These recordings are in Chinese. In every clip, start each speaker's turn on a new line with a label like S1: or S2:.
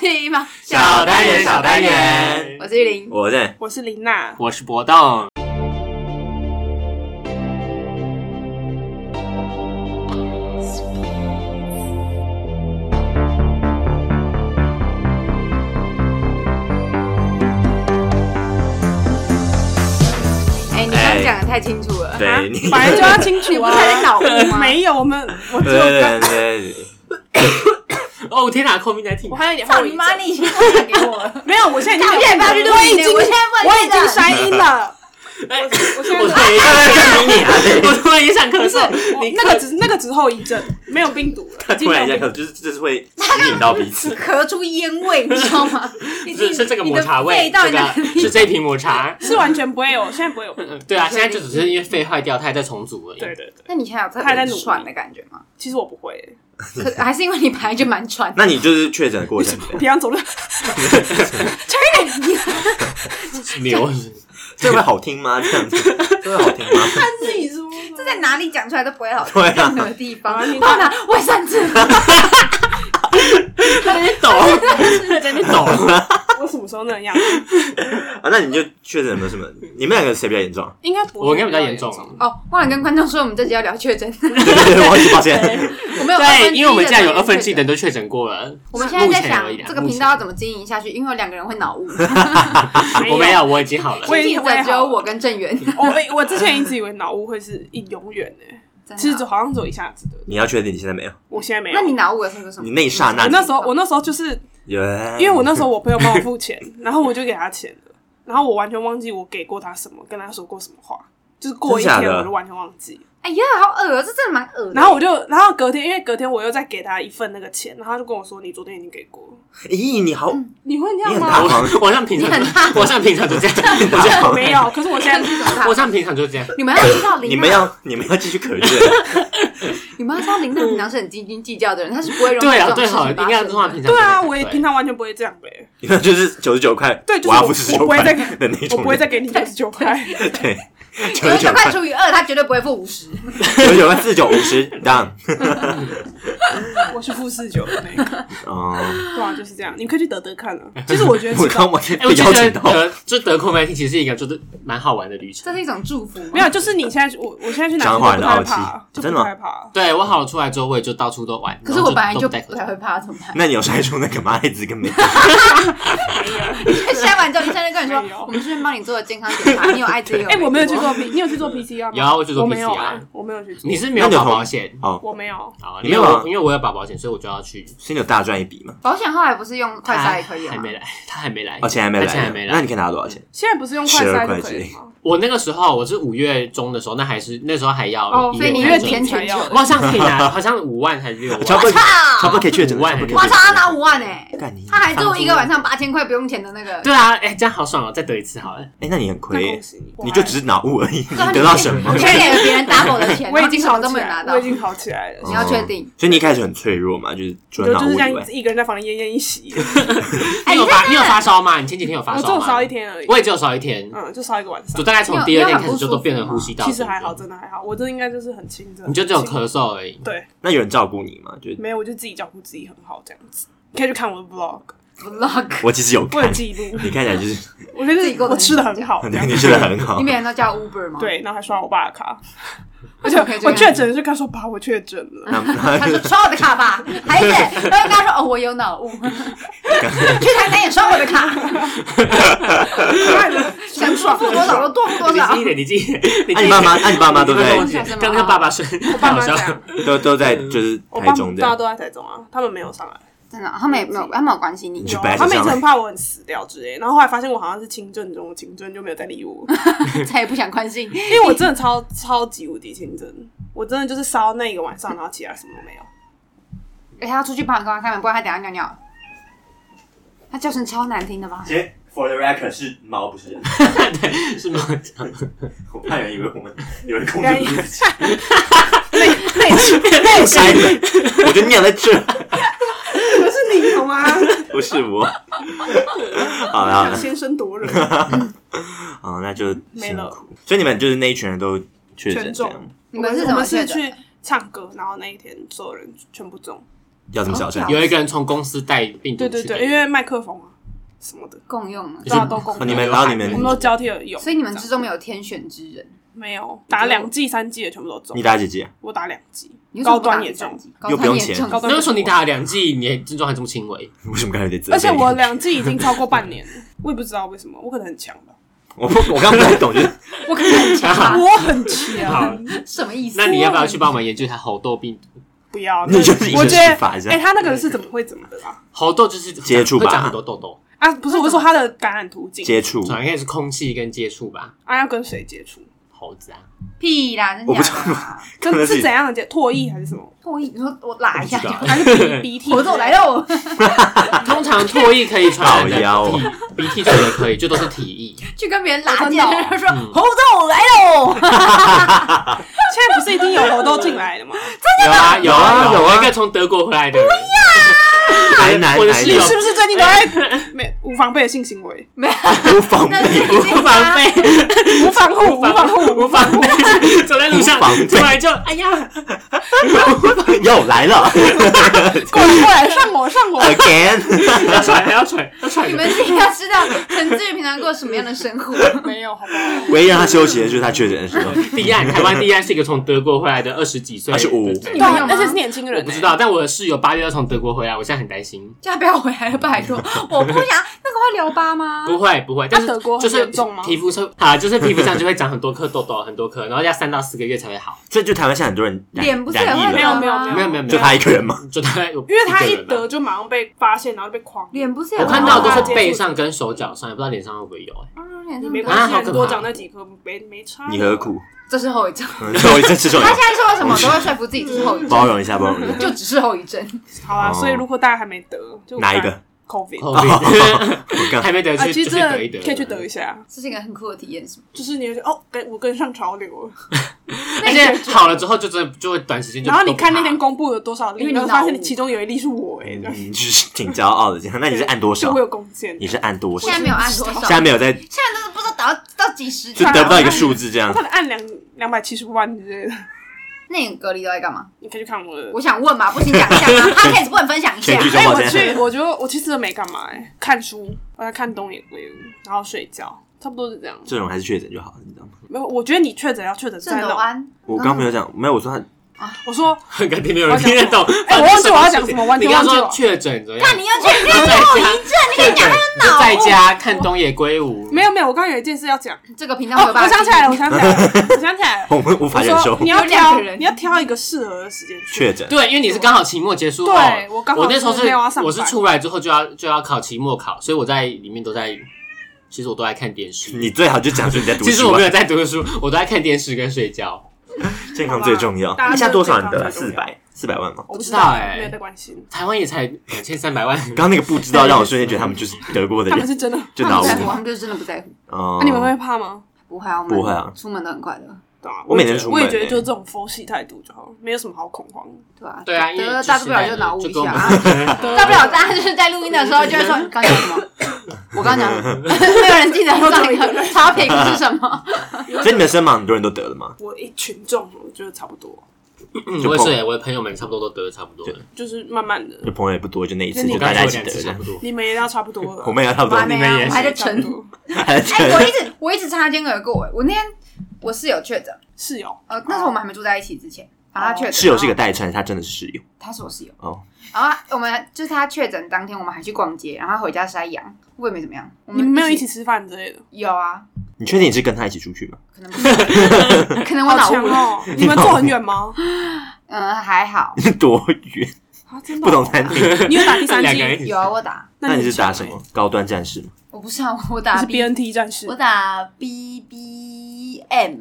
S1: 听吗？
S2: 小单元小单元
S1: 我是玉玲，
S3: 我认
S4: 我是林娜，
S2: 我是博栋。
S1: 哎，你刚刚讲的太清楚了，啊
S3: 对你，
S4: 本来就要清楚
S1: 你不
S4: 啊
S1: 是。在脑雾吗？
S4: 没有，我们我
S3: 对
S4: 只有
S3: 对对 对对，
S2: 哦天哪，寇明在听
S4: 我。还有一点后
S1: 操
S4: 遗
S1: 你
S4: 症
S1: 妈！你已经打给我了，
S4: 没有，我现在已经
S1: 我现在发去录
S4: 我已
S1: 音
S4: 经
S1: 我现在问
S4: 我已
S1: 这
S4: 经
S1: 个
S4: 筛音了。
S2: 哎
S4: 我现在
S2: 我突然一下，
S3: 你啊，对
S2: 我突然一下咳
S4: 不 是
S2: 嗽。
S4: 我
S2: 你
S4: 那个只是那个只是后遗症，没有病毒了，已经
S3: 突
S4: 没
S3: 然
S4: 有
S3: 一下，可
S4: 病
S3: 能
S4: 毒
S3: 就是就是会吸引到彼 此。
S1: 咳出烟味，你知道吗？ 你
S2: 是是这个抹茶味，
S1: 你的肺到
S2: 这
S1: 底
S2: 个
S1: 哪里
S2: 是这瓶抹 茶。
S4: 是完全不会有，现在不会 有。
S2: 嗯对啊，现在就只是因为肺坏掉，它还在重组而已。
S4: 对对对，
S1: 那你现在有特
S4: 他还在
S1: 别
S4: 努力
S1: 喘的感觉吗？
S4: 其实我不会，
S1: 可 还是因为你本来就蛮喘的。
S3: 那你就是确诊过程
S4: 我
S3: 的，
S4: 平常走路
S1: 哎
S2: 牛，
S3: 这会好听吗？这样 子，这会好听吗？
S4: 自己说，
S1: 这在哪里讲出来都不 会好听，
S3: 对啊
S1: 任何地方
S4: 好，你
S1: 到哪卫生纸，
S2: 在那边 抖，在那边抖。
S4: 我什么时候那样？
S3: 啊，那你就确诊有没有什么？你们两个谁比较 严重？
S4: 应该不会，
S2: 我应该比较严重。啊
S1: 哦，忘了跟观众说，我们这集要聊确诊，
S3: 对对对，我也发现，
S1: 我们有二分之一
S2: 对，
S1: 的
S2: 因为我们现在有二分之一
S1: 确
S2: 的
S1: 诊
S2: 人都确诊过了。
S1: 我们现在在
S2: 目前而
S1: 想
S2: 已啦
S4: 啊
S1: 这个频道要怎么经营下去，因为有两个人会脑雾，
S2: 我没有，我已经好了
S4: 我。也
S1: 记
S4: 我
S1: 者
S4: 也
S1: 只
S4: 好
S1: 有我跟郑源，
S4: 我我之前一直以为脑雾会是一永远的，
S1: 真的啊
S4: 其实就好像只有一下子的。
S3: 你要确定你现在没有，
S4: 我现在没有。
S1: 那你脑雾的时候是什
S3: 你
S1: 么？
S3: 那一刹那
S4: 我，那时候我那时候就是
S3: 因
S4: 因
S3: 为
S4: 为我那时候我朋友帮我 付钱，然后我就给他钱了，然后我完全忘记我给过他什么，跟他说过什么话，就是过一
S3: 真假
S4: 天
S3: 的
S4: 我就完全忘记。
S1: 哎呀，好恶哦，这真的蛮恶的。
S4: 然后我就，然后隔天，因为隔天我又再给他一份那个钱，然后他就跟我说：“你昨天已经给过。
S3: 咦，你好，
S4: 你会这样
S3: 你很
S4: 吗
S3: 大
S2: 我我像平常
S1: 你很大，
S2: 我像平常就这样，我像
S4: 我没有，可是我现
S1: 看
S4: 在
S1: 是怎么看？
S2: 我像平常就这样。
S1: 你们要知道
S4: 啊
S1: 林娜，
S3: 你们要你们要继续可 热，
S1: 你们要知道林娜平常是很斤斤计较的人，她是不会容
S2: 对
S1: 忍
S2: 啊，
S1: 这种
S2: 对
S1: 事
S2: 好，
S1: 情
S2: 应
S1: 发
S2: 该
S1: 生
S2: 的话
S1: 的。
S2: 平常
S4: 对啊，
S2: 就
S4: 我也平常完全不会这样呗，
S3: 你们就是九十九块，
S4: 对就是
S3: 我要
S4: 我
S3: 付十
S4: 我
S3: 九
S4: 不会
S3: 块
S4: 再
S3: 的那
S4: 我
S3: 种，
S4: 不会再给你九 十九块。
S3: 对九
S1: 九十九
S3: 十九
S1: 块
S3: 块，
S1: 除以二，她绝对不会付五十。
S3: 九十九块四九五十 down，
S4: 我是负四九的那个，
S3: 哦，
S4: 对啊，就是这样。你可以去德德 看啊。其实我觉得
S3: 我
S4: 知道
S3: 刚我
S2: 哎，我
S3: 被
S2: 觉
S3: 邀
S2: 得
S3: 请到，
S2: 德就德国媒体其实一个就是蛮好玩的旅
S1: 这
S2: 程。
S1: 是一种祝福吗？
S4: 没有，就是你现在我我现在去哪
S3: 彰
S4: 里
S3: 化
S4: 都不
S3: 人的
S4: 害
S3: 傲气
S4: 怕，就
S3: 真
S4: 不
S3: 的吗
S4: 害怕。
S2: 对我好了出来之后，我也就到处都玩。
S1: 可是我本来就
S2: 带口
S1: 不太
S2: 罩。
S1: 会怕，怎么办？
S3: 那你有筛出那个吗？一直跟没？
S1: 筛完之后，医生就跟你
S4: 没有
S1: 说，我们顺便帮你做了健康检查，你 有艾滋有？
S4: 哎，我没有去做 P，你有去做 PCR 吗？
S2: 有啊我去做
S4: 我没有
S2: PCR
S4: 啊，我没有去做
S2: 你。是没有
S3: 那你有
S2: 保
S3: 同
S2: 保险
S3: 哦，
S4: 我没有，
S2: 啊？
S3: 你
S2: 因为
S3: 没有啊
S2: 我因为我有保保险，所以我就要去。
S3: 所以你有大赚一笔吗？
S1: 保险后来不是用快
S2: 他
S1: 筛也可以了
S2: 还
S1: 吗
S2: 没？来， 他还没来，
S4: 哎
S3: 哦，钱还没来，
S2: 他钱还没来。
S3: 那你可以拿到多少钱？
S4: 现在不是用快
S3: 12
S4: 筛
S3: 块
S4: 就可以
S3: 钱
S4: 吗？
S2: 我那个时候我是五月中的时候，那还是那时候还要
S4: 哦
S2: 医
S1: 所以
S2: 院
S1: 你
S4: 五
S2: 开
S4: 月
S1: 是
S2: 证
S1: 偏全球
S4: 我
S2: 我好像可 以拿，啊好像五万还是六万，
S3: 差不多，差不多可以确诊
S2: 五
S3: 了，
S2: 万
S3: 差不多
S1: 我
S3: 可
S1: 操，
S3: 以确
S1: 他
S3: 诊
S1: 拿
S3: 了。
S1: 五万哎、
S3: 干你！
S1: 他还做一个晚上八千块不用钱的那个，
S2: 对啊，哎、这样好爽哦！再得一次好了，
S3: 哎，那你很亏
S4: 那
S3: 耶
S4: 恭，喜你，
S3: 你就只是脑雾而已，
S1: 对啊
S3: 你得到什 么
S1: 你？还给了别人 double 的钱，
S4: 我已
S1: 然后你
S4: 经
S1: 什么
S4: 好
S1: 都
S4: 起
S1: 没有拿
S4: 来，
S1: 到
S4: 我已。经好起来了。
S1: 你要确定，
S3: 所以你一开始很脆弱嘛，就是除了
S4: 就
S3: 脑
S4: 就
S3: 雾
S4: 是这
S3: 以外
S4: 样，一个人在房间奄奄一息，
S1: 哎
S2: 你有
S1: 真
S2: 发
S1: 的
S2: 你有发烧吗？你前几天有发
S4: 我只
S2: 烧
S4: 有烧
S2: 吗
S4: 一？天而已，
S2: 我也只有烧一天，
S4: 嗯，就烧一个晚
S2: 就
S4: 上。
S2: 大概从第二
S1: 你有
S2: 天
S1: 你有
S2: 开始
S1: 很不舒
S2: 就
S1: 服
S2: 都变成
S1: 吗
S2: 呼吸道，
S4: 其实还好，，真的还好，我这应该就是很轻症，
S2: 你就只有
S4: 轻
S2: 咳嗽而已。
S4: 对，
S3: 那有人照顾你吗？就
S4: 没有，我就自己照顾自己很好这样子。你可以去看我的 vlog，
S1: vlog，
S3: 我其实有
S4: 我有
S3: 看，
S4: 记录，
S3: 你看起来 就是，
S4: 我觉
S1: 自己过得
S4: 得我
S1: 很
S4: 吃的很好
S3: 你吃的很好
S1: 你。每天都叫 Uber 吗？，
S4: 对，然后还刷我爸的卡，
S1: 为
S4: 而
S1: 什
S4: 且
S1: 么可以这
S4: 我
S1: 样
S4: 确诊是跟他说爸，我确诊了，
S3: 那
S1: 他说刷我的卡吧，孩子，然后跟他说哦，我有脑雾，去台南也刷我的卡，想多付多少就多付多
S2: 你
S1: 少
S2: 近。一点，你近一点，你
S3: 那
S2: 近一
S3: 啊你爸妈，
S2: 点
S3: 那你爸妈都在
S1: 你想什么
S2: 刚刚爸爸说，我
S4: 爸 妈
S2: 好笑
S4: 这样，
S3: 都都在就是
S4: 我
S3: 台
S4: 爸
S3: 中
S4: 大家
S3: 的，
S4: 都在台中啊，他们没有上来。
S1: 真的，他们也没有，他们有关心你
S3: 你。去
S4: 有
S3: 白
S4: 啊，
S3: 色
S4: 他们一
S3: 上
S4: 直很
S3: 来。
S4: 怕我很死掉之类，然后后来发现我好像是轻症中的轻症，就没有再 理我，
S1: 再也不想关心。
S4: 因为我真的超超级无敌轻症，我真的就是烧那一个晚上，然后其他什么都没有。
S1: 哎，他要出去帮你关开门，不然他等下尿尿。他叫声超难听的吧？
S3: 先 for the record 是猫不是 人，
S2: 是吗？
S3: 我怕有人以为我们有人控
S4: 该
S3: 我 塞门，我就尿在这，
S4: 不是你好吗？
S3: 不是 我。好了好了，
S4: 先 声夺人，
S3: 好，那就
S4: 没
S3: 辛
S4: 了
S3: 苦。所以你们就是那一群人都确诊
S4: 全
S3: 这
S4: 中
S3: 样，
S1: 你们是怎
S4: 我
S1: 么
S4: 们
S1: 确
S4: 是
S1: 诊？
S4: 去唱歌，然后那一天所有人全部中，
S3: 要这么小心
S1: 哦。
S2: 有一个人从公司带病毒
S4: 对
S2: 去，
S4: 对对，因为麦克风啊什么的，
S1: 共用了
S2: 就。
S4: 大家都
S2: 是
S4: 共
S3: 哦你们然后你们
S4: 我们都交替了用，
S1: 所以你们
S4: 这
S1: 之
S4: 样
S1: 中没有天选之人，
S4: 没有打两剂、三剂的全部都中
S3: 你，打几剂？
S4: 我打两剂
S1: 你，为什么
S4: 高
S1: 不打
S4: 端也
S1: 第三
S4: 中，
S1: 剂，高
S3: 又不
S1: 端
S3: 用
S1: 也
S3: 钱
S1: 中，
S4: 高端
S2: 那时候你打了两剂，你的症状还这么轻微，
S3: 为什么刚才有点责备
S4: 而且我两剂已经超过半年了，我也不知道为什么，我可能很强吧，
S3: 我不我刚刚不太懂，就是
S1: 我可能很强啊，
S4: 我很
S2: 好
S4: 强，
S1: 什么意思？
S2: 那你要不要去帮我们研究一下猴痘病毒？
S4: 不要，
S3: 你就是一
S4: 我
S3: 个
S4: 觉
S3: 去
S4: 得，
S3: 法一下
S4: 哎，他那个是怎么会怎么的啦？
S2: 猴痘就是
S3: 接触吧
S2: 会长很多痘痘，
S4: 啊，不是，我是说他的感染途径，
S3: 接 触，
S2: 主要应该是空气跟接触吧，
S4: 啊，要跟谁 接触？
S2: 猴子啊，
S1: 屁啦？真
S3: 我不
S1: 假
S3: 知
S1: 的
S3: 道
S1: 啊？
S4: 跟
S3: 可能是
S4: 是怎样的接？唾液还是什么？
S1: 破译，你说 我拉一下
S2: 不
S1: 就
S2: 知道
S4: 还 是鼻鼻涕？
S1: 我走来，了，我
S2: 通常唾液可以传染的
S3: 好妖哦
S2: 体，鼻涕就也可以，就都是体液。
S1: 去跟别人拉
S4: 真
S1: 近，
S4: 的哦
S1: 然后说
S2: 嗯
S1: 猴子我来喽，
S4: 现在不是已经有猴痘进来了 吗？
S2: 有啊有
S3: 有啊
S2: 啊
S3: 有啊
S2: 一个从德国回来的人，
S3: 台南
S2: 我的
S3: 台
S2: 室
S4: 你
S2: 友
S4: 是不是最近都在 没无防备的性行为、
S1: 没有，
S3: 南无防
S1: 那是
S3: 备，
S1: 已经
S2: 无防备，
S4: 无防护、无防护、
S2: 无防备，走在路上
S3: 无防备
S2: 突然就哎呀，
S3: 又来了
S4: 过来过来上我上我，
S3: again，
S2: 要喘还要喘，要喘
S1: 你们是应该知道陈志远平常过什么样的生 活。
S4: 没有好不 好？
S3: 唯一让他休息的就是他确诊的时 候。
S4: 嗯
S2: 第 一案，台湾第一案是一个从德国回来的二十几岁，
S3: 25
S2: 对
S4: 对
S1: 你们有吗
S4: 啊，而且是年轻人、
S2: 我不知。道，但我的室友八月要从德国回来，我现在很担心。
S1: 叫他不要回来了，拜 托，我不想那个会留疤吗？
S2: 不会不会，但是
S4: 啊德国很
S2: 就是
S4: 严重吗
S2: 皮肤上啊，就是皮肤上就会长很多颗痘痘，很多颗，然后要三到四个月才会好。
S3: 这就台湾现在很多人染
S1: 脸不是也
S3: 染
S1: 会
S3: 疫
S4: 没有
S1: 得
S3: 了，
S4: 啊没有
S1: 吗？
S2: 没有没有没有，
S3: 就他一个人吗？
S2: 就他，因
S4: 因为他一得就马上被发现，然后就被框。
S1: 脸不是也
S2: 我
S1: 会
S2: 看到都
S1: 吗
S2: 是背上跟手脚上，也不知道脸上会不 会有。
S1: 啊
S2: 哎
S1: 脸
S4: 你
S1: 上
S4: 没
S1: 没
S4: 关
S2: 啊好
S4: 系，
S2: 可怕
S4: 多长那几颗没没差。啊
S3: 你何？苦？
S1: 这是后遗症。
S3: 嗯所以我这吃手
S1: 他现在说什么都会说服自己这是后遗症，
S3: 包容一下，包容一下。
S1: 就只是后遗
S2: 嗯
S1: 症。
S4: 好啊，
S3: 哦
S4: 所以如果大家还没得，就
S3: 哪一个？
S2: 哦
S4: ？COVID。
S2: COVID
S3: 我刚
S2: 还没得
S4: 啊，
S2: 去，
S4: 其
S2: 就
S4: 实
S2: 是
S4: 真
S2: 得一得
S4: 的，可以去得一下，啊
S1: 这是一个很酷的体验，是吗？
S4: 就是你会觉得哦，跟我跟上潮流了。
S2: 而且好了之后就真的就会短时间就。
S4: 然后你看那天，公布有多少例，
S1: 因为你
S4: 然后发
S1: 脑
S4: 现
S1: 雾
S4: 其中有一例是我哎，这样
S3: 你是挺骄傲的，这样。那你是按多
S4: 就
S3: 少
S4: 我？有啊弓箭
S3: 你。是按多少
S1: 现？在没有按多少，
S3: 现在没有在，就
S1: 现在都是不知道打到到几十
S4: 就
S1: 条。
S3: 得不到一个数字这样
S4: 他。能按两两百七十万之类的，
S1: 那你隔离都在干嘛？
S4: 你可以去看我的。
S1: 我想问嘛，不行讲一下吗？他可以不能分享一下
S3: 全？剧终
S4: 哎、
S3: 我
S4: 我
S3: 现在
S4: 去，我觉得我其实真的没干嘛、哎，看书，我在看东野圭吾，然后睡觉，差不多是这样。
S3: 这种还是确诊就好了，你知道吗？
S4: 没有，我觉得你确诊要确诊
S1: 郑啊
S4: 在
S1: 斗
S4: 那种，
S1: 安，
S3: 我刚没有讲，没有，我说他
S4: 我说
S2: 肯定没有人听得懂。哦
S4: 哎我忘记我 要讲什么完全
S2: 你刚
S4: 忘记
S2: 说
S4: 了
S2: 确诊怎么样？
S1: 看你又去，你又
S2: 在
S1: 去后
S2: 家
S1: 遗症，你跟你讲他有脑雾。
S2: 在家看东野圭吾，
S4: 没有没有，我刚刚有一件事要讲，
S1: 这个频道
S4: 哦，
S1: 会有
S4: 我
S1: 办法
S4: 想起来了，我想起来 了，我想起来了。
S3: 我们无
S4: 我
S3: 法忍受
S4: 说你要
S1: 有两
S4: 挑
S1: 个，人
S4: 你要挑一个适合的时间去。
S3: 确诊。
S2: 对，因为你是刚好期末结束后，
S4: 对我刚好
S2: 那时候
S4: 是没有要
S2: 是
S4: 上班
S2: 我是出来之后就要就要考期末考，所以我在里面都在，其实我都在看电视。
S3: 你最好就讲出你在读
S2: 其实
S3: 书
S2: 我
S3: 啊
S2: 没，有在读书，我都在看电视跟睡觉。
S3: 健康最重要
S4: 啊好吧大。家
S3: 一下多少人得？啊
S4: 健康最
S3: 四
S4: 重要
S3: 百四百万吗？
S4: 我不
S2: 知道
S1: 欸
S2: 哎
S4: 没有在关心，
S2: 台湾也才两千三百万，
S3: 刚刚那个不知道让我瞬间觉得他们就是德国的
S4: 他
S3: 人，
S4: 们是真的。
S3: 就
S1: 他们
S3: 脑
S1: 不在乎，他
S3: 雾。
S1: 们就是真的不在乎。
S3: 哦
S4: 那、你们会怕吗？
S1: 不会啊，我们
S3: 不会啊
S1: 出门都很快乐，
S4: 对啊，
S3: 我每天
S4: 也觉得
S3: 出门
S4: 我也觉得
S3: 欸
S4: 就是这种佛系态度就好了，没有什么好恐慌的。
S1: 对啊，
S2: 对啊，因为
S1: 得了
S2: 就
S1: 大
S2: 是
S1: 不了就
S2: 在
S1: 脑雾一
S2: 就跟
S1: 下
S2: 我
S1: 啊
S2: 们，
S1: 大不了大家就是在录音的时候就会说你刚讲什么，我刚讲 什么，没有人记得上一个 topic 是什么。
S3: 所以你们身旁很多人都得了吗？
S4: 我一群众，我觉得差不多，
S2: 嗯我也是，我的朋友们差不多都得了差不多了，
S4: 就是慢慢的。
S3: 就朋友也不多，就那一次，
S4: 就
S3: 就
S2: 我
S3: 大
S2: 刚
S3: 家
S2: 才
S3: 一
S2: 说
S3: 起
S2: 两
S3: 得
S2: 次差
S3: 的
S2: 不。多。
S4: 你们也要差不多了。
S3: 我们也要差
S1: 我
S3: 不多
S1: 还，没
S2: 你们
S1: 啊，
S2: 也
S1: 我
S2: 是
S1: 还在
S4: 差不
S1: 沉。
S4: 多
S3: 还
S1: 哎，我
S3: 在
S1: 一直我一直擦肩而过。哎我那天我室友确诊，
S4: 室友，
S1: 呃，那时候我们还没住在一起之前，然后他确
S2: 哦
S1: 诊，
S3: 室友是一个代称，他真的是室友
S1: 他是我室友。
S3: 哦。
S1: 然后我们就是他确诊当天，我们还去逛街，然后他回家晒阳，我也没怎么样。我
S4: 你们没有一
S1: 起
S4: 起吃饭之类的，
S1: 有啊？
S3: 你确定你是跟他一起出去吗？
S1: 可能不是 可能我
S4: 好
S1: 脑
S4: 强
S1: 雾了，
S4: 哦！你们坐很远吗？
S1: 嗯，还 好。
S3: 多远？
S4: 啊，真的哦
S3: 不懂餐厅。
S4: 你有打第三
S2: 两个人
S4: 剂？
S2: 一起
S1: 有啊，我打，
S3: 那你
S4: 很
S3: 是打
S4: 强
S3: 什
S4: 欸
S3: 么？？高端战士吗？
S1: 我不是啊，我
S4: 你
S1: 打
S4: 是
S1: B，
S4: BNT 战士
S1: 我。打 B B M，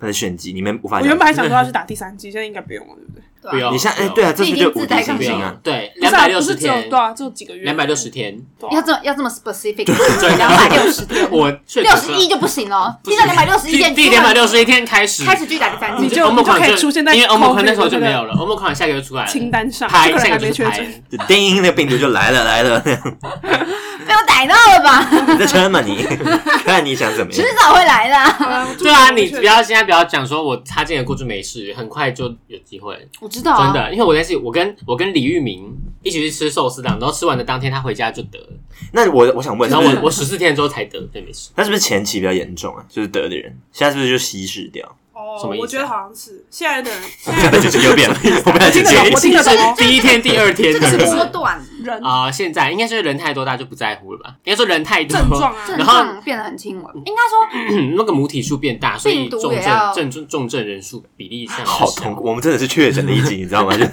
S3: 他的炫技，你们无法
S4: 我
S3: 想
S4: 原。本还想说要去打第三剂，现在应该不用了，对不对？
S1: 对
S2: 不
S1: 吧？
S2: 用，
S3: 你像哎，
S2: 不用
S3: 对啊，这
S1: 你
S3: 是
S1: 已
S3: 就
S1: 经
S3: 无
S1: 自带
S3: 敌
S1: 抗
S3: 星
S2: 不
S1: 体
S3: 星
S1: 了
S2: 用
S3: 啊！
S2: 对，
S4: 不
S2: 两
S4: 是
S2: 百
S4: 啊，
S2: 六
S4: 不
S2: 十
S4: 是只有
S2: 天
S4: 对，啊，只有几个月。
S2: 两百六十天，
S4: 对
S1: 要
S4: 啊。
S1: 这么要这么 specific，两百六十天，
S2: 我确
S1: 六
S2: 诊
S1: 十一就不行了，踢到两百六十一
S2: 第
S1: 天，
S2: 第两百六十一天开始
S1: 开始去打第三
S4: 你
S1: 季，
S4: 就
S2: 欧盟
S4: 就可以出现在
S2: 因为欧盟
S4: COVID
S2: 那时候就没有了，欧盟下个月就出来了，
S4: 清单上，
S2: 拍
S4: 这个人
S2: 下
S4: 还
S2: 个
S4: 没
S2: 月就
S4: 确
S2: 是拍
S4: 诊，
S3: 就叮，那个病毒就来了来了。
S1: 被我逮到了吧？
S3: 你在圈吗你？看你想怎么
S1: 迟
S3: 样？
S1: 早会来 的。
S2: 对啊，你不要现在不要讲说我擦肩而过就没事，很快就有机会，
S1: 我知道啊，
S2: 真的。因为我那次我跟我跟李玉明一起去吃寿司档，然后吃完的当天他回家就得了，
S3: 那我我想问，
S2: 然后
S3: 那
S2: 我
S3: 我
S2: 我十四天之后才得，对，没事。
S3: 那是不是前期比较严重啊？就是得的人，现在是不是就稀释掉？
S4: 哦
S2: 什么意思啊
S4: 我觉得好像是现在的 人，现在
S3: 对，就是有点，我们来解
S4: 听得懂
S3: 决一
S4: 我
S3: 下。
S4: 听得懂哦
S2: 第一天、第二天
S1: 这个是波段
S4: 人
S2: 啊、现在应该是人太多，大家就不在乎了吧？应该说人太多，
S4: 症状啊，
S1: 症
S2: 然后
S1: 状变得很轻微，应该说
S2: 那个母体数变大，所以
S1: 病毒
S2: 重
S1: 也要
S2: 症重症重症人数比例上
S3: 好痛苦，我们真的是啊确诊的一集，你知 道吗？就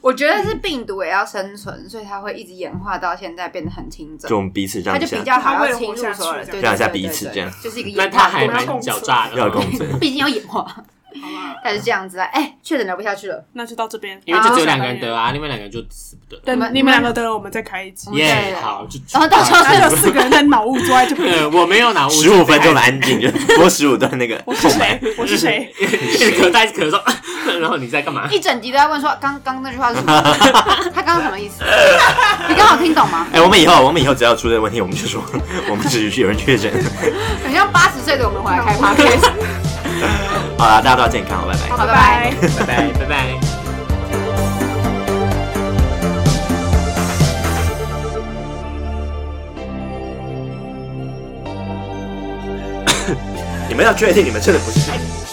S1: 我觉得是病毒也要生存，所以它会一直演化到现在变得很轻
S3: 就
S1: 症。
S3: 我们彼此
S1: 它
S3: 让一
S1: 就
S3: 下
S1: 比，较好要侵入所有人，对对对对
S3: 让一下彼此
S1: 对
S3: 这样
S1: 就是一个
S2: 那
S1: 演
S2: 他
S1: 化
S2: 还
S1: 过
S2: 蛮
S1: 程，
S2: 狡诈
S3: 要有
S2: 的，哦
S3: 共振。
S1: 毕竟要演 化，
S4: 好啦，
S1: 但是这样子啊，哎，确诊聊不下去了，
S4: 那就到这边，
S2: 因为就只有两个人得啊，另外两个人就死不得。
S4: 等
S1: 我们
S4: 你们两个得了，我们再开一 集
S1: 我，们
S2: 耶、
S1: 哦对
S2: 好，就
S1: 然后到时候
S4: 那就四个人在脑雾坐在这边，
S2: 呃，我没有拿
S3: 十五 分钟的安静，就 播十五段那个
S4: 我是
S3: 空白
S4: 谁。？我是谁？
S2: 一直咳，大家咳嗽， 然后你在干嘛？
S1: 一整集都在问说，刚刚那句话是什么？ 他刚刚什么意思？ 你刚好听懂吗？
S3: 哎、我们以后，我们以后只要出这个问题，我们就说我们只是有人确诊。
S1: 很像八十岁的我们回 来开 podcast。
S3: 好啦，大家都要健康，拜拜。
S1: 好，拜拜。。
S2: 拜拜，拜拜。
S3: 你们要确定你们真的不是。